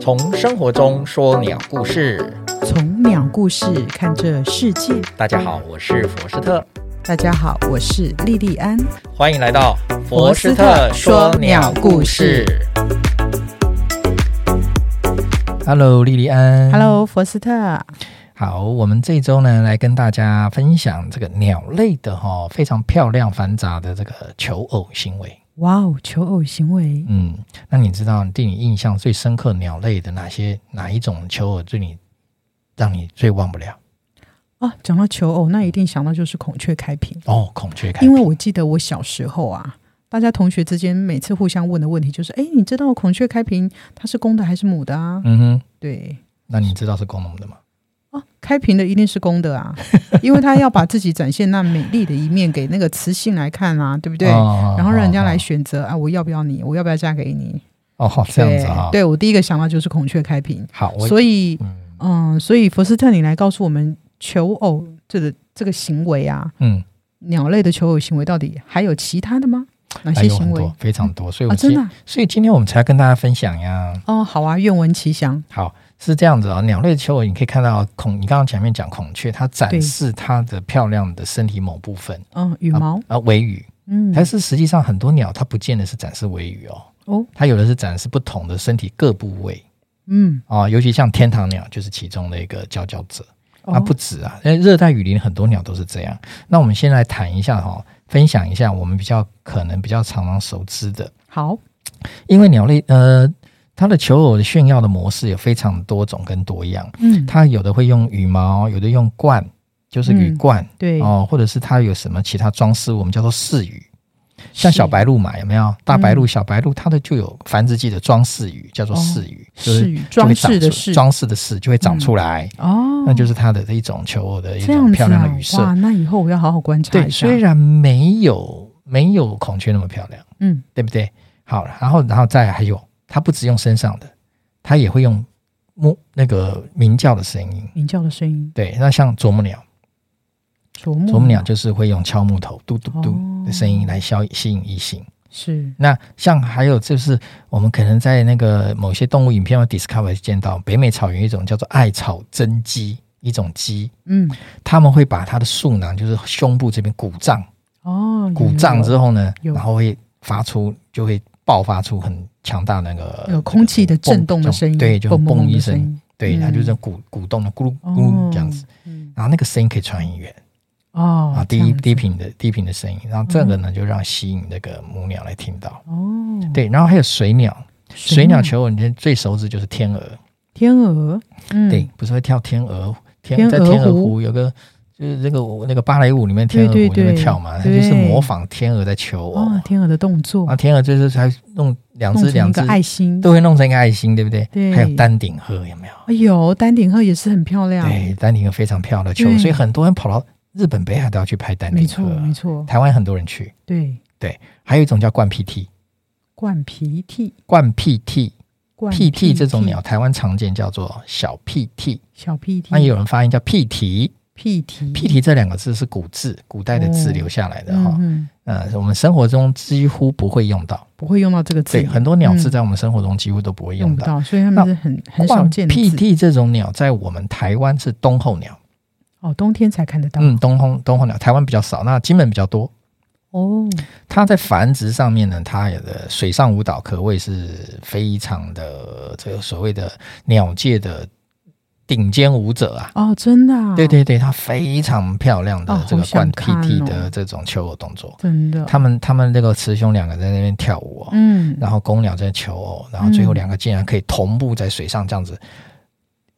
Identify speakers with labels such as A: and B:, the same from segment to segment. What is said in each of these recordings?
A: 从生活中说鸟故事。
B: 从鸟故事看这世界。
A: 大家好，我是佛斯特，
B: 大家好，我是莉莉安。
A: 欢迎来到
B: 佛斯特说鸟故事。
A: Hello，莉莉安。
B: Hello，佛斯特。
A: 好，我们这周呢来跟大家分享这个鸟类的哈、哦、非常漂亮繁杂的这个求偶行为。
B: 哇哦，求偶行为，
A: 嗯，那你知道对你印象最深刻鸟类的哪些哪一种求偶对你让你最忘不了？
B: 啊，讲到求偶，那一定想到就是孔雀开屏，
A: 哦，孔雀开屏。
B: 因为我记得我小时候啊，大家同学之间每次互相问的问题就是：哎，你知道孔雀开屏它是公的还是母的啊？
A: 嗯哼，
B: 对，
A: 那你知道是公母的吗？
B: 哦，开屏的一定是公的啊， 因为它要把自己展现那美丽的一面给那个雌性来看啊，对不对？
A: 哦
B: 然后让人家来
A: 哦
B: 选择啊，我要不要你？我要不要嫁给你？
A: 哦哦这样子啊、
B: 对，对我第一个想到就是孔雀开屏，
A: 好，我
B: 所以
A: 嗯
B: 嗯，所以福斯特，你来告诉我们求偶这个这个行为啊，
A: 嗯，
B: 鸟类的求偶行为到底还有其他的吗？哪
A: 还
B: 些
A: 有
B: 行
A: 很
B: 为
A: 多非常多，所以
B: 啊？
A: 我今、
B: 真的啊、
A: 所以今天我们才要跟大家分享呀。
B: 哦，好啊，愿闻其详。
A: 好，是这样子啊、鸟类求偶你可以看到孔，你刚刚前面讲孔雀，它展
B: 对
A: 示它的漂亮的身体某部分
B: 嗯，羽毛，
A: 啊，尾羽。
B: 嗯，
A: 但是实际上很多鸟它不见得是展示尾羽哦，
B: 哦，
A: 它有的是展示不同的身体各部位
B: 嗯，
A: 啊、尤其像天堂鸟就是其中的一个佼佼者。
B: 哦
A: 那不止啊，因为热带雨林很多鸟都是这样。那我们先来谈一下哈、分享一下我们比较可能比较常常熟知的，
B: 好，
A: 因为鸟类呃，它的求偶的炫耀的模式有非常多种跟多样。
B: 嗯，
A: 它有的会用羽毛，有的用冠，就是羽冠、
B: 嗯对，
A: 哦，或者是它有什么其他装饰物，我们叫做饰羽。像小白鹭嘛，有没有？大
B: 嗯
A: 白鹭、小白鹭，它的就有繁殖季的装饰羽，叫
B: 哦
A: 做饰羽，就是是
B: 羽
A: 就会
B: 装
A: 长
B: 饰的
A: 出
B: 饰，
A: 装饰的饰就会长出来，
B: 哦，
A: 那就是它的一种求偶的一
B: 这样
A: 种
B: 子
A: 漂亮的
B: 啊
A: 羽，色。
B: 哇，那以后我要好好观察
A: 对，
B: 一下。
A: 虽然没有没有孔雀那么漂亮，
B: 嗯，
A: 对不对？好，然后然后再来还有，它不只用身上的，它也会用木那个鸣叫的声音。
B: 鸣叫的声音，
A: 对，那像啄木鸟，
B: 啄木
A: 啄木鸟就是会用敲木头嘟嘟
B: 嗯哦
A: 嘟的声音来消吸引异性。
B: 是，
A: 那像还有就是我们可能在那个某些动物影片或 Discovery 见到北美草原一种叫做艾草真鸡，一种鸡，
B: 嗯，
A: 它们会把它的嗉囊就是胸部这边鼓胀，
B: 哦，
A: 鼓胀之
B: 后
A: 后呢，
B: 有
A: 然后会发出就会爆发出很强大那个
B: 有空气的震动的声音，
A: 对，就
B: 嘣嘣
A: 嘣
B: 嘣
A: 一
B: 的声
A: 声，
B: 音，
A: 对，它
B: 嗯
A: 就是鼓鼓动的咕噜咕
B: 哦
A: 噜这样子，，
B: 嗯
A: 然后那个声音可以传很远。
B: 哦，
A: 啊，
B: 这
A: 低
B: 样
A: 一
B: 子嗯
A: 低频的低频的声音，然后这个呢就让吸引那个母鸟来听到。
B: 哦，
A: 对，然后还有水鸟，水
B: 水
A: 鸟求偶，你最熟知就是天鹅，
B: 天鹅，嗯，
A: 对，，不是会跳天鹅，
B: 天
A: 天
B: 鹅
A: 在天鹅
B: 湖
A: 湖有个就是那个那个芭蕾舞里面天鹅湖
B: 对
A: 那
B: 对
A: 边
B: 对
A: 跳嘛，它就是
B: 对
A: 模仿天鹅在求偶
B: 哦
A: 嘛，，
B: 天鹅的动作，
A: 啊，天鹅就是它弄两
B: 弄
A: 只
B: 成
A: 两
B: 一
A: 只
B: 个爱心，
A: 都会弄成一个爱心，对不对？
B: 对
A: 还有丹顶鹤有没有？
B: 哎呦，丹顶鹤也是很漂亮，
A: 对，丹顶鹤非常漂亮的求偶，
B: 对
A: 所以很多人跑到日本北海道去拍丹
B: 没
A: 顶
B: 错嗯没
A: 鹤，
B: 错，
A: 台湾很多人去，
B: 对，
A: 还有一种叫冠屁涕。
B: 冠皮涕，
A: 冠屁涕、
B: 冠
A: 屁涕这种鸟，，台湾常见，叫做小屁涕。
B: 小屁涕，
A: 那也有人发音叫屁蹄。
B: 屁蹄，
A: 屁蹄这两个字是古字，古代的字
B: 哦
A: 留下来的哈
B: 嗯。嗯，
A: 呃，我们生活中几乎不会用到，
B: 不会用到这个字
A: 对，，很多鸟字
B: 嗯
A: 在我们生活中几乎都不会
B: 用
A: 用
B: 不
A: 到。
B: 到，所以他们
A: 那
B: 是很很少
A: 冠
B: 见的
A: 屁
B: 字。
A: 涕这种鸟在我们台湾是冬候鸟，
B: 哦，冬天才看得到。
A: 嗯，冬候冬候鸟，台湾比较少，那金门比较多。
B: 哦，
A: 它在繁殖上面呢，它的水上舞蹈可谓是非常的这个所谓的鸟界的顶尖舞者啊。
B: 哦，真的、啊，
A: 对，对对，它非常漂亮
B: 哦
A: 的
B: 好
A: 这个
B: 想
A: 冠
B: 看
A: PT
B: 哦
A: 的这种求偶动作，
B: 真的。
A: 他们他们那个雌雄两个在那边跳舞哦，
B: 嗯，
A: 然后公鸟在求偶，然后最后
B: 嗯
A: 两个竟然可以同步在水上这样子。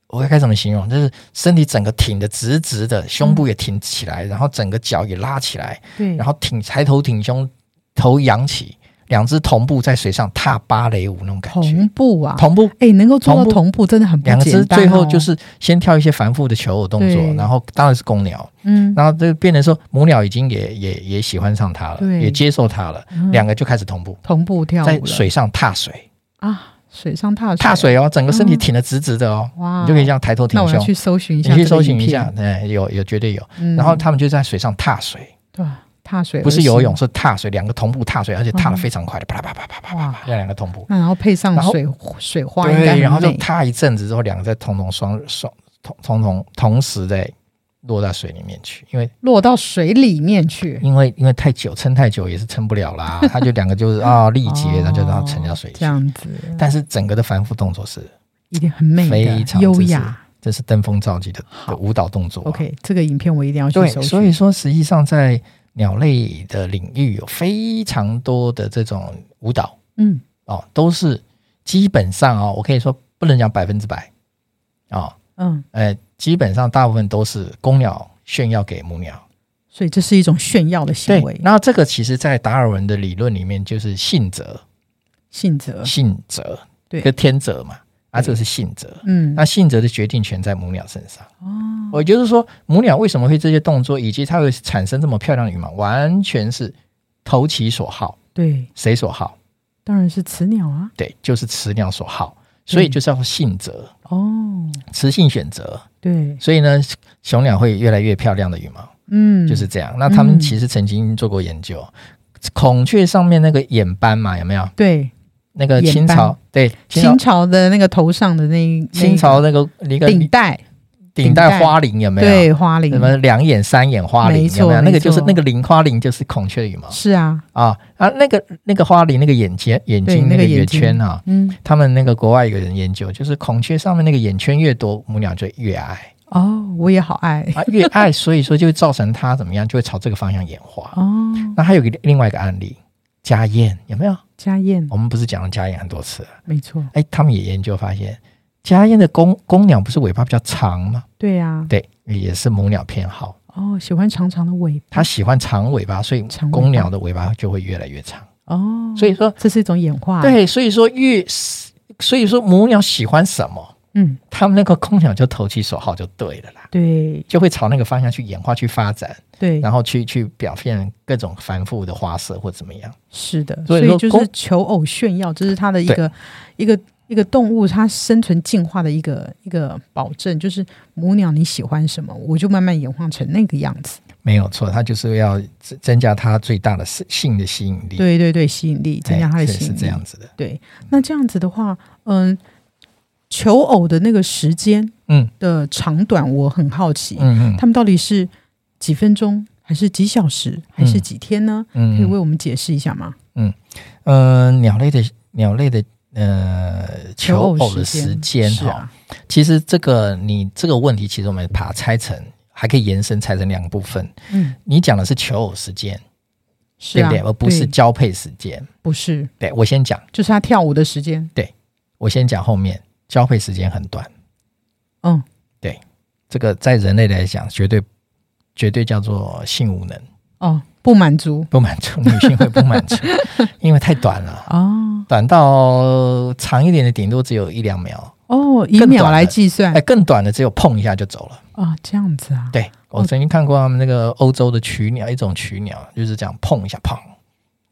A: 我该怎么形容？就是身体整个挺得直直的，胸部也挺起来，然后整个脚也拉起来，
B: 对，
A: 然后挺抬头挺胸，头扬起，两只同步在水上踏芭蕾舞那种感觉
B: 同。步啊，
A: 同步，
B: 哎，能够做到
A: 同步
B: 同步真的很不
A: 两只
B: 简单、哦。
A: 最后就是先跳一些繁复的求偶动作，
B: 对
A: 然后当然是公鸟，
B: 嗯，
A: 然后这变成说母鸟已经也也也喜欢上它了，
B: 对
A: 也接受它了，
B: 嗯
A: 两个就开始同步，
B: 同步跳舞
A: 在
B: 了
A: 水上踏水，
B: 啊，水上踏水
A: 踏水哦，整个身体
B: 嗯
A: 挺得直直的哦，
B: 哇，
A: 你就可以这样抬头挺
B: 那我要
A: 胸
B: 去，搜寻一
A: 你
B: 下，
A: 去搜寻一下，，对，有有绝对有，
B: 嗯、
A: 然后他们就在水上踏水，
B: 对吧？踏水
A: 不是游泳，
B: 而行，
A: 是踏水，两个同步踏水，而且踏得
B: 嗯
A: 非常快的，啪啦啪啪啪啪啪
B: 哇
A: 啪，这两个同步。
B: 那然后配上
A: 然后
B: 水水花，应该
A: 对，
B: 很
A: 然后就
B: 美
A: 踏一阵子之后，两个再同同双双同同同同时再落到水里面去，因为
B: 落到水里面去，
A: 因为因为太久撑太久也是撑不了啦，它就两个就是啊力竭，然后就让它沉到水
B: 这
A: 里。
B: 样子
A: 但是整个的反复动作是，
B: 一定很美
A: 非
B: 的
A: 常
B: 优
A: 之
B: 雅。
A: 这是登峰造极的
B: 好
A: 的舞蹈动作啊、
B: OK，这个影片我一定要去
A: 对，
B: 搜
A: 所
B: 寻
A: 以。说实际上在鸟类的领域有非常多的这种舞蹈
B: 嗯，
A: 哦，都是基本上哦，我可以说不能讲百分之百哦，
B: 嗯，
A: 呃，基本上大部分都是公鸟炫耀给母鸟。
B: 所以这是一种炫耀的行
A: 对
B: 为，，
A: 那这个其实，在达尔文的理论里面就是信则，
B: 信则
A: 信则，
B: 呃对
A: 跟天择嘛，啊，这个是信则。
B: 嗯
A: 那信则的决定权在母鸟身上。
B: 哦，
A: 我就是说，母鸟为什么会这些动作，以及它会产生这么漂亮的羽毛，完全是投其所好，
B: 对，
A: 谁所好？
B: 当然是雌鸟啊，
A: 对，就是雌鸟所好，所以
B: 嗯
A: 就是要信择，
B: 哦，
A: 雌性选择。
B: 对，
A: 所以呢，雄鸟会越来越漂亮的羽毛，
B: 嗯，
A: 就是这样。那他们
B: 嗯
A: 其实曾经做过研究，孔雀上面那个眼斑嘛，有没有？
B: 对
A: 那个
B: 眼
A: 清
B: 斑
A: 朝对清朝
B: 清朝的那个头上的那一那一
A: 清朝那个一
B: 个
A: 个
B: 顶戴，
A: 顶
B: 顶戴
A: 戴花翎有没有？
B: 对花翎
A: 什，么两眼三眼花
B: 嗯没
A: 翎
B: 错
A: 有没有？那个就是
B: 没错
A: 那个菱花翎，就是孔雀的羽毛
B: 是啊，
A: 啊啊，那个那个花翎那个眼睛眼
B: 对
A: 睛
B: 那
A: 那
B: 个
A: 个
B: 眼
A: 圆
B: 睛
A: 圈啊，
B: 嗯，
A: 他们那个国外有个人研究，就是孔雀上面那个眼圈越多，母鸟就越爱
B: 哦，我也好爱
A: 啊，越爱，所以说就会造成它怎么样，就会朝这个方向演化。
B: 哦，
A: 那还有一个另外一个案例，家燕有没有？
B: 家燕，
A: 我们不是讲了家燕很多次了？
B: 没错，
A: 哎，他们也研究发现，家燕的公公鸟不是尾巴比较长吗？
B: 对啊，
A: 对，也是母鸟偏好，
B: 哦，喜欢长长的尾巴，
A: 它喜欢长尾巴，所以
B: 长尾巴
A: 公鸟的尾巴就会越来越长。
B: 哦，
A: 所以说，
B: 这是一种演化，，
A: 对，所以说越，所以说母鸟喜欢什么，
B: 嗯，
A: 它们那个公鸟就投其所好就对了啦，
B: 对
A: 就会朝那个方向去演化、去发展，
B: 对，
A: 然后去去表现各种繁复的花色或怎么样。
B: 是的，
A: 所
B: 所
A: 以
B: 以
A: 说
B: 就是
A: 公
B: 求偶炫耀，这是它的一
A: 对
B: 个一个一个动物它生存进化的一个一个保证，就是母鸟你喜欢什么，我就慢慢演化成那个样子。
A: 没有错，它就是要增增加它最大的性的吸引力，
B: 对对对，吸引力
A: 哎，
B: 增加它的
A: 是
B: 吸引
A: 是
B: 力。
A: 这样子的。
B: 对，那这样子的话，嗯，求偶的那个时间
A: 嗯
B: 的长短，我很好奇，
A: 嗯嗯
B: 他们到底是几分钟，还是几小时，还是
A: 嗯
B: 几天呢？可以
A: 嗯
B: 为我们解释一下吗？
A: 嗯、呃，鸟类的鸟类的呃求
B: 偶
A: 偶的时间
B: 是
A: 哈、
B: 啊，
A: 其实这个你这个问题，其实我们把它拆成，还可以延伸拆成两个部分。
B: 嗯，
A: 你讲的是求偶时间，
B: 是
A: 对
B: 啊，
A: 不对？而不是
B: 对
A: 交配时间。
B: 不是。
A: 对我先讲，
B: 就是他跳舞的时间。
A: 我先讲后面，交配时间很短，
B: 嗯，
A: 这个在人类来讲，绝对绝对叫做性无能，
B: 哦，不满足
A: 不满足，女性会不满 足，因为太短了。
B: 哦
A: 短到长一点的，顶多只有一两秒，
B: 哦，以
A: 更
B: 秒
A: 短
B: 来
A: 了
B: 计算
A: 哎，更短的只有碰一下就走了。
B: 哦，这样子啊，
A: 对我曾经看过他们那个欧洲的曲鸟，一种曲鸟就是这样碰一下，砰，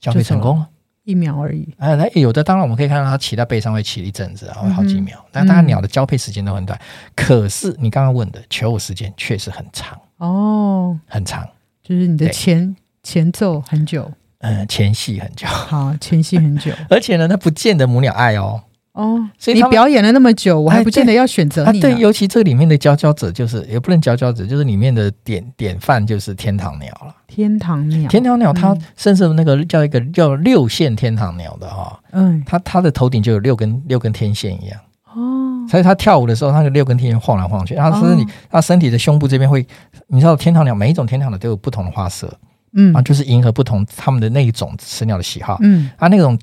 A: 交配成功了。
B: 一秒而已。
A: 哎，那有的当然我们可以看到它骑在背上会骑一阵子，然后
B: 嗯哼
A: 好几秒。但当然
B: 嗯
A: 鸟的交配时间都很短，可是你刚刚问的求偶时间确实很长，
B: 哦，
A: 很长，
B: 就是你的
A: 对
B: 前前奏很 久，
A: 嗯，前戏很久，
B: 好，前戏很久
A: 而且呢，它不见得母鸟爱哦。
B: 哦。
A: 所以
B: 你
A: 他们
B: 表演了那么久，我还
A: 哎
B: 不见得要选择
A: 啊，
B: 你
A: 对，
B: 呢。
A: 尤其这里面的佼佼者就是也不能佼佼者，就是里面的典典范就是天堂鸟了。
B: 天堂鸟，
A: 天堂鸟它
B: 嗯
A: 甚至那个叫一个叫六线天堂鸟的哈、
B: 嗯
A: 它它的头顶就有六根六根天线一样。
B: 哦，
A: 所以它跳舞的时候，它的六根天线晃来晃去，然后身体
B: 哦，
A: 它身体的胸部这边会，你知道天堂鸟每一种天堂鸟都有不同的花色，
B: 嗯
A: 啊，就是迎合不同它们的那一种雌鸟的喜好。
B: 嗯，
A: 它那种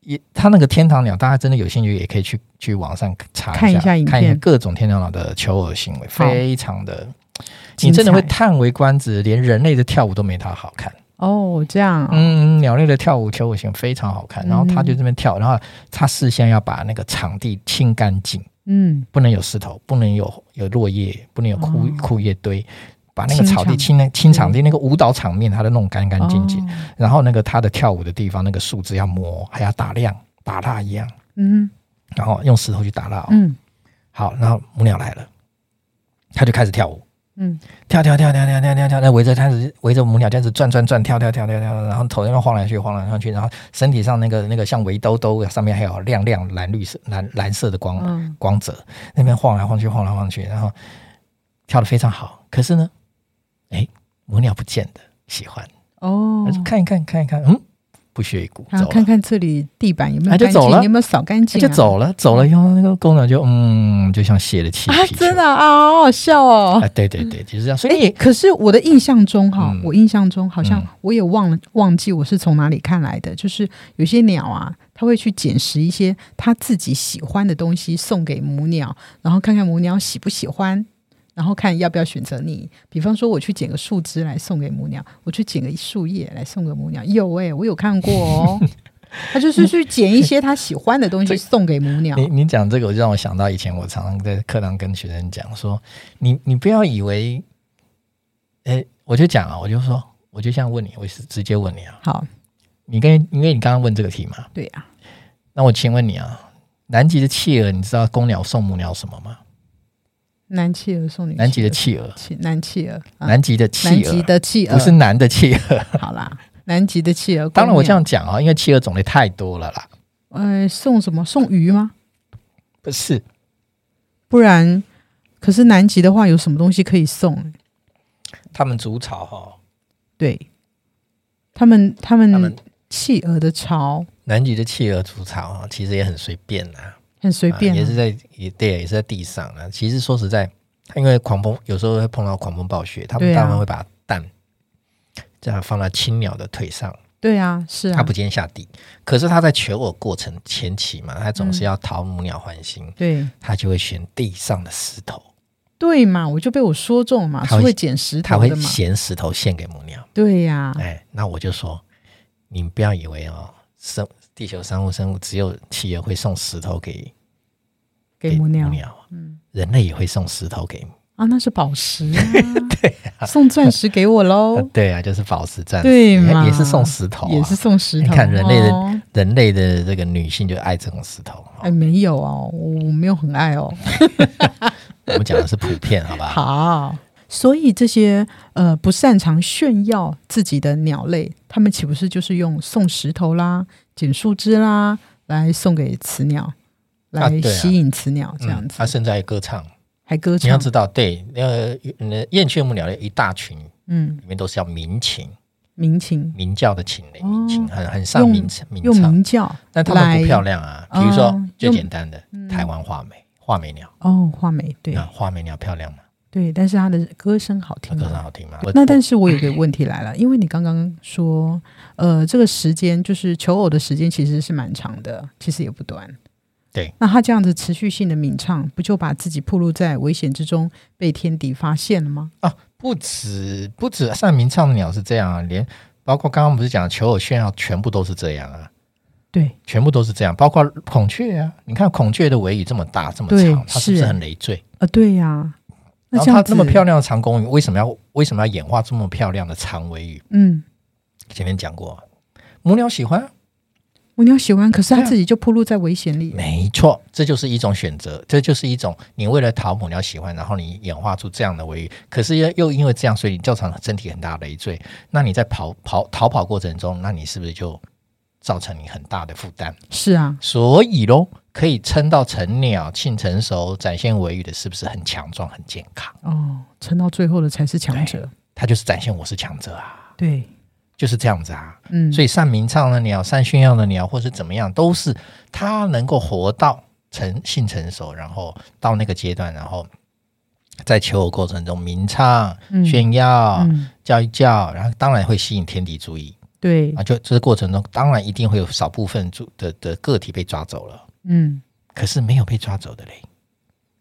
A: 也，它那个天堂鸟，大家真的有兴趣也可以去去网上查
B: 看一下影片
A: 看一下各种天堂鸟的求偶行为，
B: 好
A: 非常的，
B: 精
A: 你真的会
B: 彩
A: 叹为观止，连人类的跳舞都没它好看。
B: 哦，这样啊，嗯
A: 嗯，鸟类的跳舞求偶行为非常好看，然后它就这边跳，然后它事先要把那个场地清干净。
B: 嗯，
A: 不能有石头，不能有有落叶，不能有枯
B: 哦
A: 枯叶堆，把那个
B: 清
A: 草地
B: 场
A: 清清场地，那个舞蹈场面它都弄干干净净。
B: 哦，
A: 然后那个它的跳舞的地方，那个树枝要磨，还要打亮，打蜡一样，
B: 嗯
A: 然后用石头去打蜡哦、
B: 嗯，
A: 好，然后母鸟来了，它就开始跳舞，
B: 嗯，
A: 跳跳跳跳跳跳跳跳，那围着它子围着母鸟这样子转转转，跳跳跳跳跳，然后头那边晃来去晃来晃去，然后身体上那个那个像围兜兜，上面还有亮亮蓝绿色蓝蓝色的光
B: 嗯
A: 光泽，那边晃来晃去晃来晃去，然后跳的非常好。可是呢，哎，母鸟不见得喜欢，
B: 哦，
A: 看一看看一看，嗯，不屑一顾，
B: 然后
A: 走
B: 看
A: 了。
B: 看这里地板有没
A: 哎
B: 有
A: 就
B: 干
A: 走
B: 净，
A: 了
B: 你有没有扫干
A: 它
B: 净、啊，
A: 就走了，走了以后，那个公鸟就嗯，就像泄了气
B: 啊，
A: 皮球
B: 真的啊，好好笑哦。
A: 啊，对对对，就是这样。所以
B: 哎，
A: 你
B: 可是我的印象中哈，
A: 嗯
B: 我印象中好像
A: 嗯
B: 我也忘了忘记我是从哪里看来的，就是有些鸟啊，它会去捡拾一些它自己喜欢的东西送给母鸟，然后看看母鸟喜不喜欢。然后看要不要选择你，比方说我去捡个树枝来送给母鸟，我去捡个树叶来送给母鸟，有哎、我有看 过哦。它就是去捡一些它喜欢的东西
A: 这
B: 送给母鸟，
A: 你你讲这个，我就让我想到以前我常常在课堂跟学生讲说，你你不要以为，哎，我就讲啊，我就说，我就像问你，我是直接问你啊，
B: 好，
A: 你跟因为你刚刚问这个题嘛，
B: 对啊呀、
A: 那我请问你啊，南极的企鹅，你知道公鸟送母鸟什么吗？
B: 男企鹅送女
A: 南极的
B: 企
A: 企鹅
B: 鹅，企男企鹅，啊
A: 南极的
B: 南
A: 企
B: 极
A: 鹅，
B: 的呃企鹅
A: 不是男的企鹅。
B: 好啦，南极的企鹅。
A: 当然我这样，讲啊，因为企鹅种类太多了啦，
B: 呃，送什么？送鱼吗？
A: 不是
B: 不然，可是南极的话，有什么东西可以送？
A: 他们筑巢哈，
B: 对，他们他
A: 他们
B: 们企鹅的巢
A: 南极的企鹅筑巢啊，其实也很随便啦、
B: 很随便、
A: 啊
B: 啊
A: 也是在也对，也是在地上啊。其实说实在，它因为狂风有时候会碰到狂风暴雪，他们
B: 对啊
A: 大部分会把蛋这样放在青鸟的腿上，
B: 对啊，是
A: 它
B: 啊
A: 不，见下地。可是它在求偶过程前期嘛，它总
B: 嗯
A: 是要讨母鸟欢心，
B: 对
A: 它就会选地上的石头，
B: 对嘛，我就被我说中嘛，
A: 它
B: 是
A: 会
B: 会捡石
A: 它
B: 头
A: 会
B: 的嘛，啊
A: 衔石头献给母鸟。
B: 对 呀、
A: 哎，那我就说，你不要以为哦，生地球生物生物只有企鹅会送石头给
B: 给母鸟
A: 母鸟，
B: 嗯
A: 人类也会送石头给
B: 啊，那是宝石 啊，对送钻石给我
A: 啊
B: 喽，
A: 对啊，就是宝石战士，
B: 哦对嘛
A: 也也是送石头、啊，
B: 也是送石头。
A: 你看人类的
B: 哦
A: 人类的这个女性就爱这种石头。啊
B: 哎，没有哦，我我没有很爱 哦。
A: 我们讲的是普遍，好吧？
B: 好，所以这些呃不擅长炫耀自己的鸟类，它们岂不是就是用送石头啦、捡树枝啦来送给雌鸟，
A: 啊
B: 来
A: 对啊
B: 吸引雌鸟
A: 嗯
B: 这样子，
A: 他甚至还歌唱。
B: 还歌
A: 你要
B: 唱？
A: 知道，对，呃，呃燕雀母鸟的一大群
B: 嗯，
A: 里面都是要民琴，
B: 民情
A: 民教的琴类，
B: 哦
A: 民琴很很上民民
B: 用
A: 唱，
B: 鸣叫
A: 但它们
B: 来
A: 不漂亮啊。比如说
B: 哦
A: 最
B: 用
A: 简单的台湾画眉，画眉鸟，
B: 哦，画眉对
A: 啊，画眉鸟漂亮吗？
B: 对，但是它的歌声好听
A: 歌
B: 啊
A: 声好听吗？我
B: 那但是我有个问题来了，因为你刚刚说，呃，这个时间就是求偶的时间其实是蛮长的，其实也不短。
A: 对，
B: 那他这样子持续性的鸣唱，不就把自己暴露在危险之中，被天敌发现了吗？
A: 啊，不止不止上民唱的鸟是这样啊，连包括刚刚不是讲求偶炫耀，啊全部都是这样啊，
B: 对，
A: 全部都是这样，包括孔雀啊，你看孔雀的尾羽这么大这么
B: 对
A: 长，它是不
B: 是
A: 是很累赘？
B: 啊，对呀、那
A: 然
B: 这
A: 后它
B: 样子
A: 那么漂亮的长弓羽，为什么要为什么要演化这么漂亮的长尾羽？
B: 嗯，
A: 前面讲过啊，母鸟喜欢啊，
B: 母鸟喜欢，可是它
A: 对啊
B: 自己就暴露在危险里。
A: 没错，这就是一种选择，这就是一种你为了讨母鸟喜欢，然后你演化出这样的尾羽，可是又又因为这样，所以你造成了身体很大的累赘。那你在跑跑逃跑过程中，那你是不是就造成你很大的负担？
B: 是啊，
A: 所以喽，可以撑到成鸟性成熟、展现尾羽的，是不是很强壮、很健康？
B: 哦，撑到最后的才是强者。
A: 它就是展现我是强者啊，
B: 对，
A: 就是这样子啊。
B: 嗯，
A: 所以善鸣唱的鸟、善炫耀的鸟，或是怎么样，都是它能够活到成性成熟，然后到那个阶段，然后在求偶过程中鸣唱、
B: 嗯
A: 炫耀、
B: 嗯，
A: 叫一叫，然后当然会吸引天敌注意
B: 对，
A: 啊。就这个过程中，当然一定会有少部分主的的个体被抓走了，
B: 嗯，可
A: 可是没有被抓走的嘞，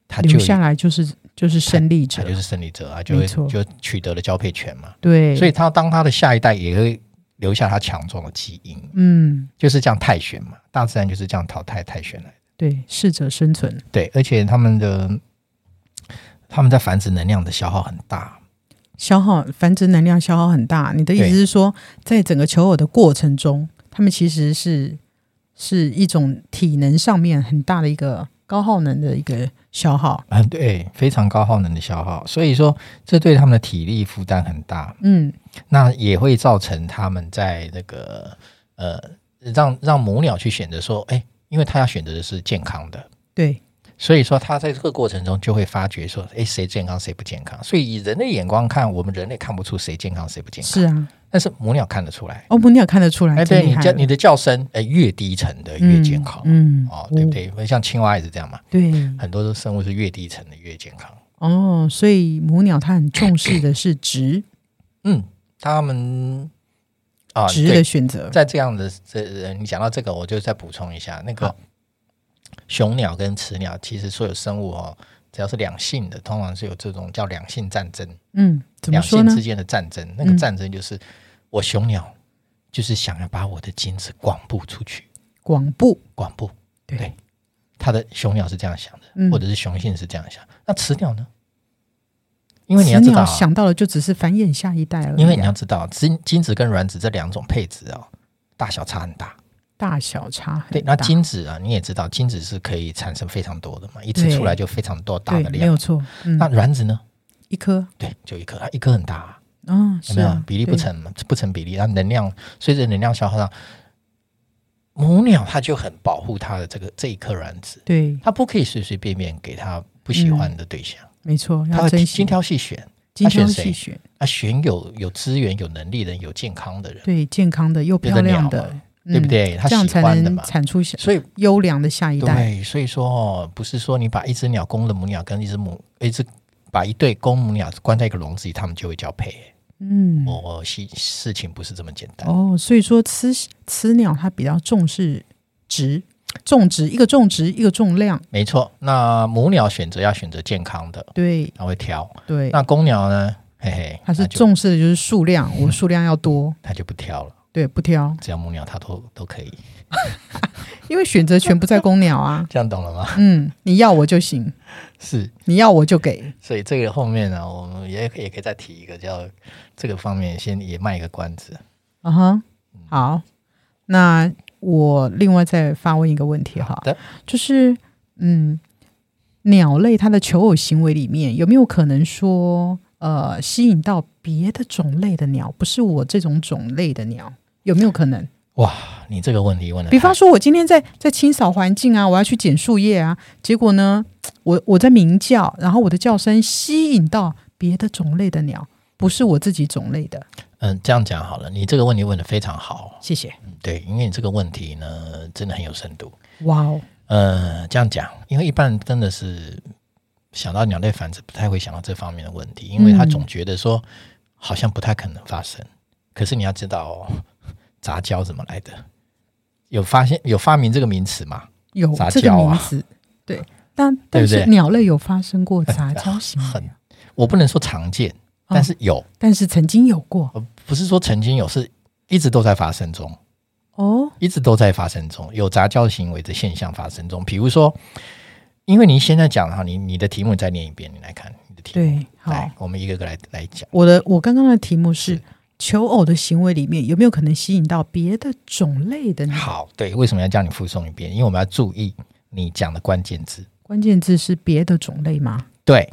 A: 他就
B: 留下来就是就是胜利者
A: 他，就是胜利者啊，就
B: 没
A: 会
B: 错
A: 就取得了交配权嘛。
B: 对，
A: 所以他当他的下一代也会留下他强壮的基因。
B: 嗯。
A: 就是这样泰选嘛，大自然就是这样淘汰泰选来的。
B: 对，适者生存。
A: 对，而且他们的他们在繁殖能量的消耗很大，
B: 消耗繁殖能量消耗很大，你的意思
A: 对
B: 是说，在整个求偶的过程中，他们其实是是一种体能上面很大的一个高耗能的一个消耗。
A: 嗯，对，非常高耗能的消耗，所以说这对他们的体力负担很大，
B: 嗯，
A: 那也会造成他们在那个呃，让让母鸟去选择说，哎，因为它要选择的是健康的，
B: 对，
A: 所以说它在这个过程中就会发觉说，哎，谁健康谁不健康。所以以人类眼光看，我们人类看不出谁健康谁不健康，
B: 是啊，
A: 但是母鸟看得出来。
B: 哦，母鸟看得出来，
A: 哎，
B: 真
A: 对
B: 厉
A: 你
B: 害
A: 叫
B: 了
A: 你的叫声，哎，越低沉的越健康，
B: 嗯，嗯
A: 哦，对不？对？像青蛙也是这样嘛，
B: 对，
A: 很多的生物是越低沉的越健康。
B: 哦，所以母鸟它很重视的是值
A: 嗯，他们啊，
B: 值
A: 对
B: 的选择，
A: 在这样的这呃你讲到这个，我就再补充一下，那个
B: 好
A: 雄鸟跟雌鸟，其实所有生物哦，只要是两性的，通常是有这种叫两性战争，
B: 嗯，怎么
A: 两
B: 说
A: 性
B: 呢
A: 之？间的战争。那个
B: 嗯
A: 战争就是、我雄鸟就是想要把我的精子广布出去，
B: 广布，
A: 广布。
B: 对
A: 对它的雄鸟是这样想的，
B: 嗯
A: 或者是雄性是这样想。那雌鸟呢？因为你要
B: 雌
A: 知
B: 鸟
A: 道啊、
B: 想到的就只是繁衍下一代而已啊、
A: 因为你要知道，精精子跟卵子这两种配置哦，大小差很大。
B: 大小差很
A: 对，那
B: 大
A: 精子啊，你也知道，精子是可以产生非常多的嘛，一次
B: 对
A: 出来就非常多大
B: 对
A: 的
B: 没
A: 量。
B: 有错，嗯，
A: 那卵子呢？
B: 一颗，
A: 对，就一颗，啊一颗很大、啊，
B: 哦，
A: 有
B: 是
A: 没有
B: 啊，
A: 比例不
B: 对，
A: 成嘛不成比例，然后能量随着能量消耗上，母鸟它就很保护它的这个这一颗卵子，
B: 对，
A: 它不可以随随便便给它不喜欢的对象，
B: 没错，
A: 它
B: 要
A: 会
B: 珍惜
A: 精挑细选，
B: 精挑
A: 它选
B: 细
A: 谁
B: 选，
A: 啊，选有有资源、有能力的人、有健康的人，
B: 对，健康的又
A: 比如
B: 漂
A: 说
B: 亮
A: 鸟
B: 的
A: 嘛，对不
B: 嗯？
A: 对？它
B: 这样
A: 喜
B: 才
A: 欢的
B: 能
A: 嘛，
B: 产出下
A: 所以
B: 优良的下一代。
A: 对，所以说哦，不是说你把一只鸟公的母鸟跟一只母一只把一对公母鸟关在一个笼子里，它们就会交配。
B: 嗯，
A: 我我事事情不是这么简单。
B: 哦，所以说雌雌鸟它比较重视值，种植一个种植一个重量，
A: 没错，那母鸟选择要选择健康的，
B: 对
A: 它会挑；
B: 对，
A: 那公鸟呢，嘿嘿，
B: 它是
A: 那就
B: 重视的就是 数量，我数量要多，
A: 它就不挑了，
B: 对，不挑，
A: 只要母鸟它都都可以。。
B: 因为选择权不在公鸟啊
A: 这样懂了吗？
B: 嗯，你要我就行，
A: 是，
B: 你要我就给。
A: 所以这个后面呢，我们也也可以再提一个叫这个方面，先也卖一个关子。
B: 啊哈，好，那我另外再发问一个问题哈，
A: 的，
B: 就是嗯，鸟类它的求偶行为里面有没有可能说，呃，吸引到别的种类的鸟，不是我这种种类的鸟，有没有可能？
A: 哇，你这个问题问的，
B: 比方说，我今天在在清扫环境啊，我要去捡树叶啊，结果呢，我我在鸣叫，然后我的叫声吸引到别的种类的鸟，不是我自己种类的。
A: 嗯，这样讲好了，你这个问题问的非常好，
B: 谢谢。
A: 嗯对，因为你这个问题呢，真的很有深度。
B: 哇哦，
A: 呃，这样讲，因为一般人真的是想到鸟类繁殖，不太会想到这方面的问题，因为他
B: 嗯
A: 总觉得说好像不太可能发生。可是你要知道、哦，杂交怎么来的？有发现有发明这个名词吗？
B: 有
A: 杂
B: 这个
A: 交
B: 名
A: 啊
B: 字，对，但
A: 对
B: 但
A: 不对哎
B: 是鸟类有发生过杂交行为
A: 很，我不能说常见，
B: 嗯
A: 但是有，
B: 但是曾经有过
A: 呃不是说曾经有，是一直都在发生中。
B: 哦，
A: 一直都在发生中，有杂交行为的现象发生中。比如说，因为你现在讲哈，你你的题目再念一遍，你来看你的题目。
B: 对，好
A: 来，，我们一个个来来讲。
B: 我的我刚刚的题目是
A: 是
B: 求偶的行为里面有没有可能吸引到别的种类的鸟？
A: 好，对，为什么要叫你附送一遍？因为我们要注意你讲的关键字。
B: 关键字是别的种类吗？
A: 对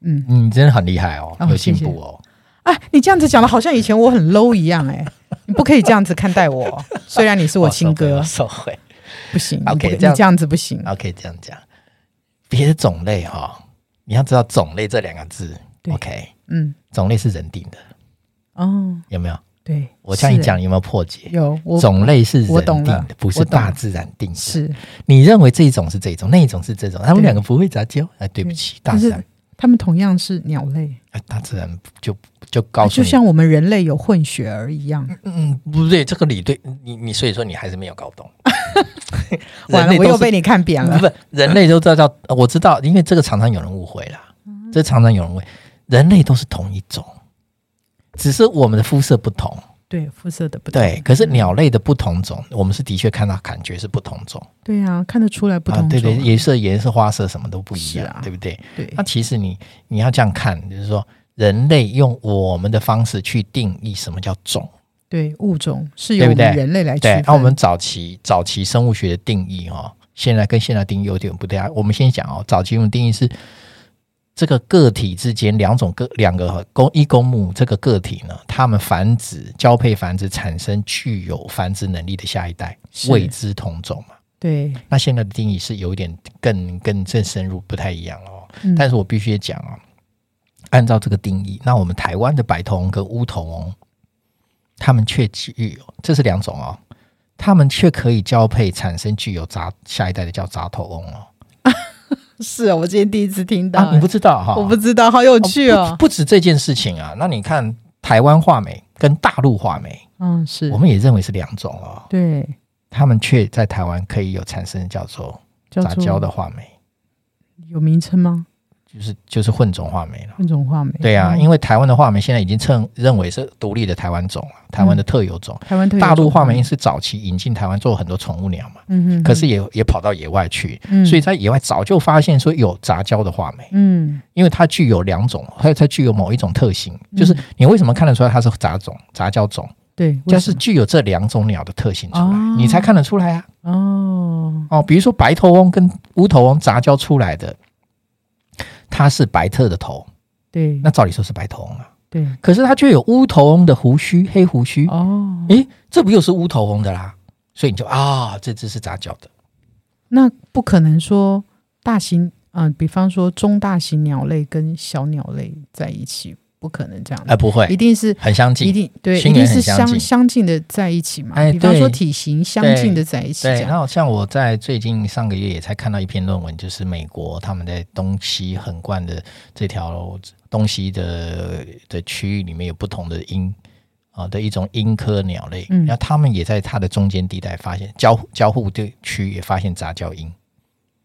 B: 嗯，
A: 你真的很厉害哦，
B: 哦
A: 有进步哦。
B: 哎，你这样子讲的好像以前我很 low 一样哎、你不可以这样子看待我。 虽然你是我亲哥
A: 哦，收回。
B: 不行你
A: OK，
B: 不你
A: 这样
B: 这样子不行。
A: 然后可以这样讲，别的种类哈、你要知道“种类”这两个字
B: 对
A: ，OK，
B: 嗯，
A: 种类是人定的，
B: 哦，
A: 有没有？
B: 对，
A: 我这样一
B: 是
A: 讲，有没有破解？
B: 有我
A: 种类是人
B: 我懂
A: 定
B: 了
A: 的，不是
B: 我懂
A: 大自然定的。
B: 是，
A: 你认为这一种是这一种，那一种是这种，他们
B: 对
A: 两个不会杂交？哎，对不起，大
B: 但
A: 自然
B: 是，他们同样是鸟类。
A: 哎大自然就就告诉
B: 就
A: 你，
B: 像我们人类有混血儿一样。
A: 嗯，不对，这个理对你，你所以说你还是没有搞懂。 人
B: 完了
A: 类，都
B: 我又
A: 是嗯
B: 被你看扁了。
A: 不是人类都知道，呃我知道，因为这个常常有人误会啦，这常常有人误会，人类都是同一种，只是我们的肤色不同。
B: 对，肤色的不同
A: 对，可是鸟类的不同种，我们是的确看到感觉是不同种，
B: 对啊，看得出来不
A: 啊
B: 同，
A: 对
B: 种。
A: 对，颜色、颜色、花色什么都不一样，
B: 是啊
A: 对不对？
B: 对
A: 那其实你你要这样看，就是说人类用我们的方式去定义什么叫种，
B: 对物种是由
A: 对
B: 我
A: 不对
B: 们人类来区
A: 对啊
B: 分。。
A: 那我们早期早期生物学的定义哦，现在跟现在定义有点不太。我们先讲哦，早期我们定义是这个个体之间两种个两个公一公母这个个体呢，它们繁殖交配繁殖产生具有繁殖能力的下一代，
B: 是
A: 谓之同种嘛。
B: 对，
A: 那现在的定义是有点更更更深入，不太一样了哦。
B: 嗯
A: 但是我必须讲啊，按照这个定义，那我们台湾的白头翁跟乌头翁，他们却具有，这是两种哦，他们却可以交配产生具有杂下一代的叫杂头翁哦。
B: 是啊，我今天第一次听到、哎
A: 啊，你不知道哈、
B: 我不知道，好有
A: 哦
B: 趣
A: 不
B: 哦。
A: 不止这件事情啊，那你看台湾画眉跟大陆画眉，
B: 嗯，是
A: 我们也认为是两种哦，
B: 对，
A: 他们却在台湾可以有产生叫做
B: 叫
A: 杂
B: 做
A: 交的画眉，
B: 有名称吗？
A: 就是就是混种画眉了。
B: 混种画眉。
A: 对啊，
B: 哦
A: 因为台湾的画眉现在已经称认为是独立的台湾种了，台湾的特有种。
B: 台湾嗯特有
A: 大陆
B: 种
A: 画眉，是早期引进台湾做很多宠物鸟嘛，
B: 嗯哼，
A: 可是也也跑到野外去，
B: 嗯
A: 所以在野外早就发现说有杂交的画眉，
B: 嗯
A: 因为它具有两种，还有它具有某一种特性，就是你为什么看得出来它是杂种、杂交种，
B: 对，嗯为
A: 就是
B: 什么
A: 具有这两种鸟的特性出来
B: 哦，
A: 你才看得出来啊。
B: 哦，
A: 哦，比如说白头翁跟乌头翁杂交出来的，它是白特的头，
B: 对，
A: 那照理说是白头翁啊。
B: 对
A: 可是它却有乌头翁的胡须，黑胡须，
B: 哦，
A: 诶，这不又是乌头翁的啦？所以你就啊、这只是杂交的，
B: 那不可能说大型，嗯、比方说中大型鸟类跟小鸟类在一起，不可能这样
A: 哎、，不
B: 嗯一
A: 会，
B: 定是
A: 很相
B: 一
A: 近。
B: 定对，
A: 亲
B: 一定
A: 缘
B: 是
A: 很相
B: 相
A: 近
B: 相近的在一起嘛。
A: 哎
B: 比方
A: 对
B: 说体型相
A: 对
B: 近的在一起这
A: 对，然
B: 样。
A: 后像我在最近上个月也才看到一篇论文，就是美国他们在东西横贯的这条东西的的区域里面有不同的鹰啊、的一种鹰科鸟类，
B: 嗯
A: 然后他们也在它的中间地带发现交交互地区也发现杂交鹰，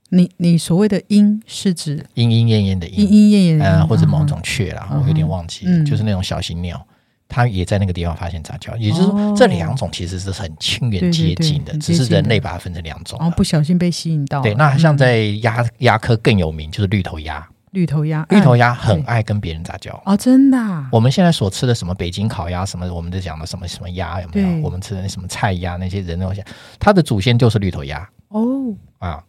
B: 你你所谓的鹰是指
A: 莺莺燕燕的
B: 莺
A: 鹰，
B: 莺燕燕的
A: 呃，
B: 鹰
A: 或者某
B: 嗯
A: 种雀啦，
B: 嗯
A: 我有点忘记，
B: 嗯
A: 就是那种小型鸟，它也在那个地方发现杂交，也就是
B: 哦
A: 说这两种其实是很亲
B: 对
A: 缘
B: 对
A: 接
B: 对
A: 近的，
B: 很
A: 只
B: 接
A: 是
B: 近
A: 人
B: 的
A: 类把它分成两种
B: 然后
A: 了。
B: 不小心被吸引到了。
A: 对，那像
B: 嗯
A: 在鸦鸦科更有名就是绿头鸭，
B: 绿头鸭，
A: 绿头
B: 鸭
A: 鸭很
B: 嗯对
A: 爱跟别人杂交。
B: 哦，真的啊
A: 我们现在所吃的什么北京烤鸭，什么我们在讲的什么什么鸭有没
B: 对
A: 有？我们吃的那什么菜鸭那些人肉虾，它的祖先就是绿头鸭
B: 哦
A: 啊。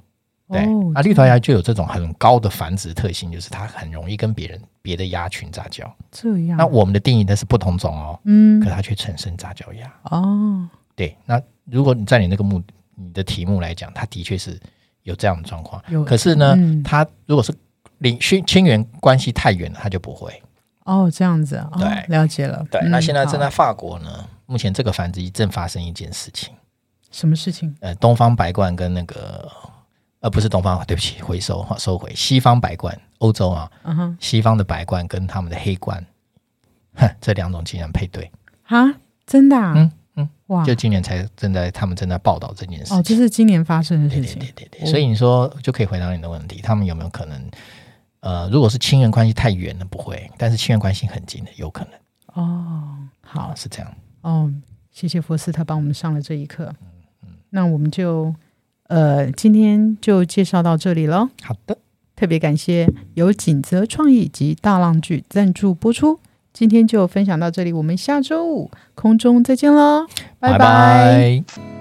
A: 对，
B: 哦
A: 啊，绿头鸭就有这种很高的繁殖特性，就是它很容易跟别人别的鸭群杂交。
B: 这样。
A: 那我们的定义那是不同种哦，
B: 嗯
A: 可它却产生杂交鸭。
B: 哦
A: 对，那如果你在你那个目你的题目来讲，它的确是有这样的状况。
B: 有
A: 可是呢，
B: 嗯
A: 它如果是领亲亲缘关系太远了，它就不会。
B: 哦这样子啊，哦
A: 对
B: 了解了。
A: 对，
B: 嗯
A: 那现在
B: 好
A: 正在法国呢，目前这个繁殖正发生一件事情，
B: 什么事情？
A: 呃，东方白冠跟那个呃不是东方，对不起，回收收回西方白冠，欧洲啊，
B: 嗯哼，
A: 西方的白冠跟他们的黑冠，哼，这两种竟然配对。
B: 哈，真的啊，
A: 嗯嗯，
B: 哇，
A: 就今年才正在他们正在报道这件事
B: 哦，这
A: 情。
B: 是今年发生的
A: 对对
B: 事
A: 对
B: 情。
A: 对对，
B: 哦
A: 所以你说就可以回答你的问题，他们有没有可能？呃，如果是亲缘关系太远了，不会；但是亲缘关系很近的，有可能。
B: 哦，好
A: 啊，，是这样。
B: 哦，谢谢佛斯特帮我们上了这一课。
A: 嗯
B: 那我们就呃，今天就介绍到这里喽。
A: 好的，
B: 特别感谢由锦泽创意及大浪剧赞助播出。今天就分享到这里，我们下周五空中再见喽，拜拜
A: 拜